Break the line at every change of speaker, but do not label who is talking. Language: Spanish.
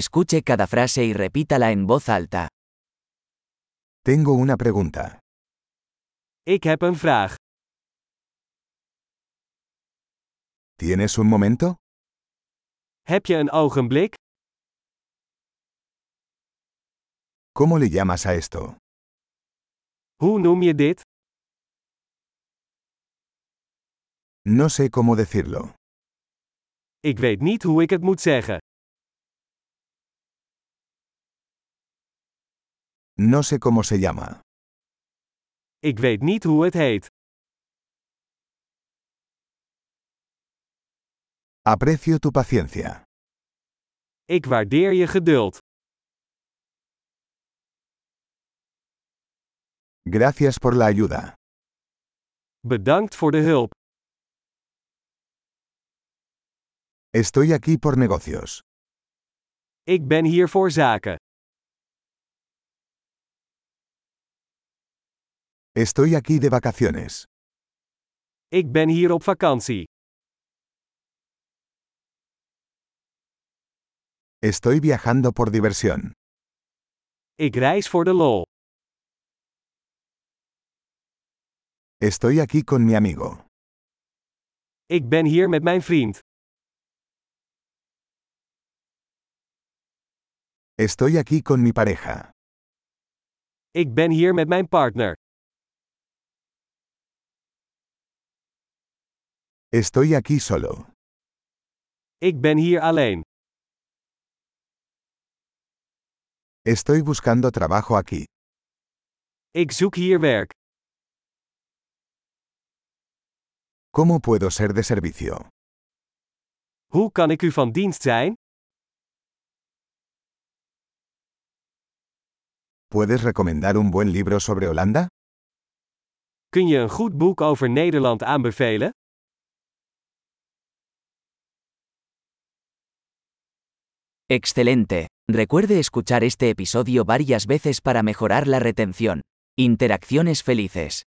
Escuche cada frase y repítala en voz alta.
Tengo una pregunta.
Ik heb een vraag.
¿Tienes un momento?
Heb je een ogenblik?
¿Cómo le llamas a esto?
Hoe noem je dit?
No sé cómo decirlo.
Ik weet niet hoe ik het moet zeggen.
No sé cómo se llama.
Ik weet niet hoe het heet.
Aprecio tu paciencia.
Ik waardeer je geduld.
Gracias por la ayuda.
Bedankt voor de hulp.
Estoy aquí por negocios.
Ik ben hier voor zaken.
Estoy aquí de vacaciones.
Ik ben hier op vakantie.
Estoy viajando por diversión.
Ik reis voor de lol.
Estoy aquí con mi amigo.
Ik ben hier met mijn vriend.
Estoy aquí con mi pareja.
Ik ben hier met mijn partner.
Estoy aquí solo.
Ik ben hier alleen.
Estoy buscando trabajo aquí.
Ik zoek hier werk.
¿Cómo puedo ser de servicio?
Hoe kan ik u van dienst zijn?
¿Puedes recomendar un buen libro sobre Holanda?
Kun je een goed boek over Nederland aanbevelen?
Excelente. Recuerde escuchar este episodio varias veces para mejorar la retención. Interacciones felices.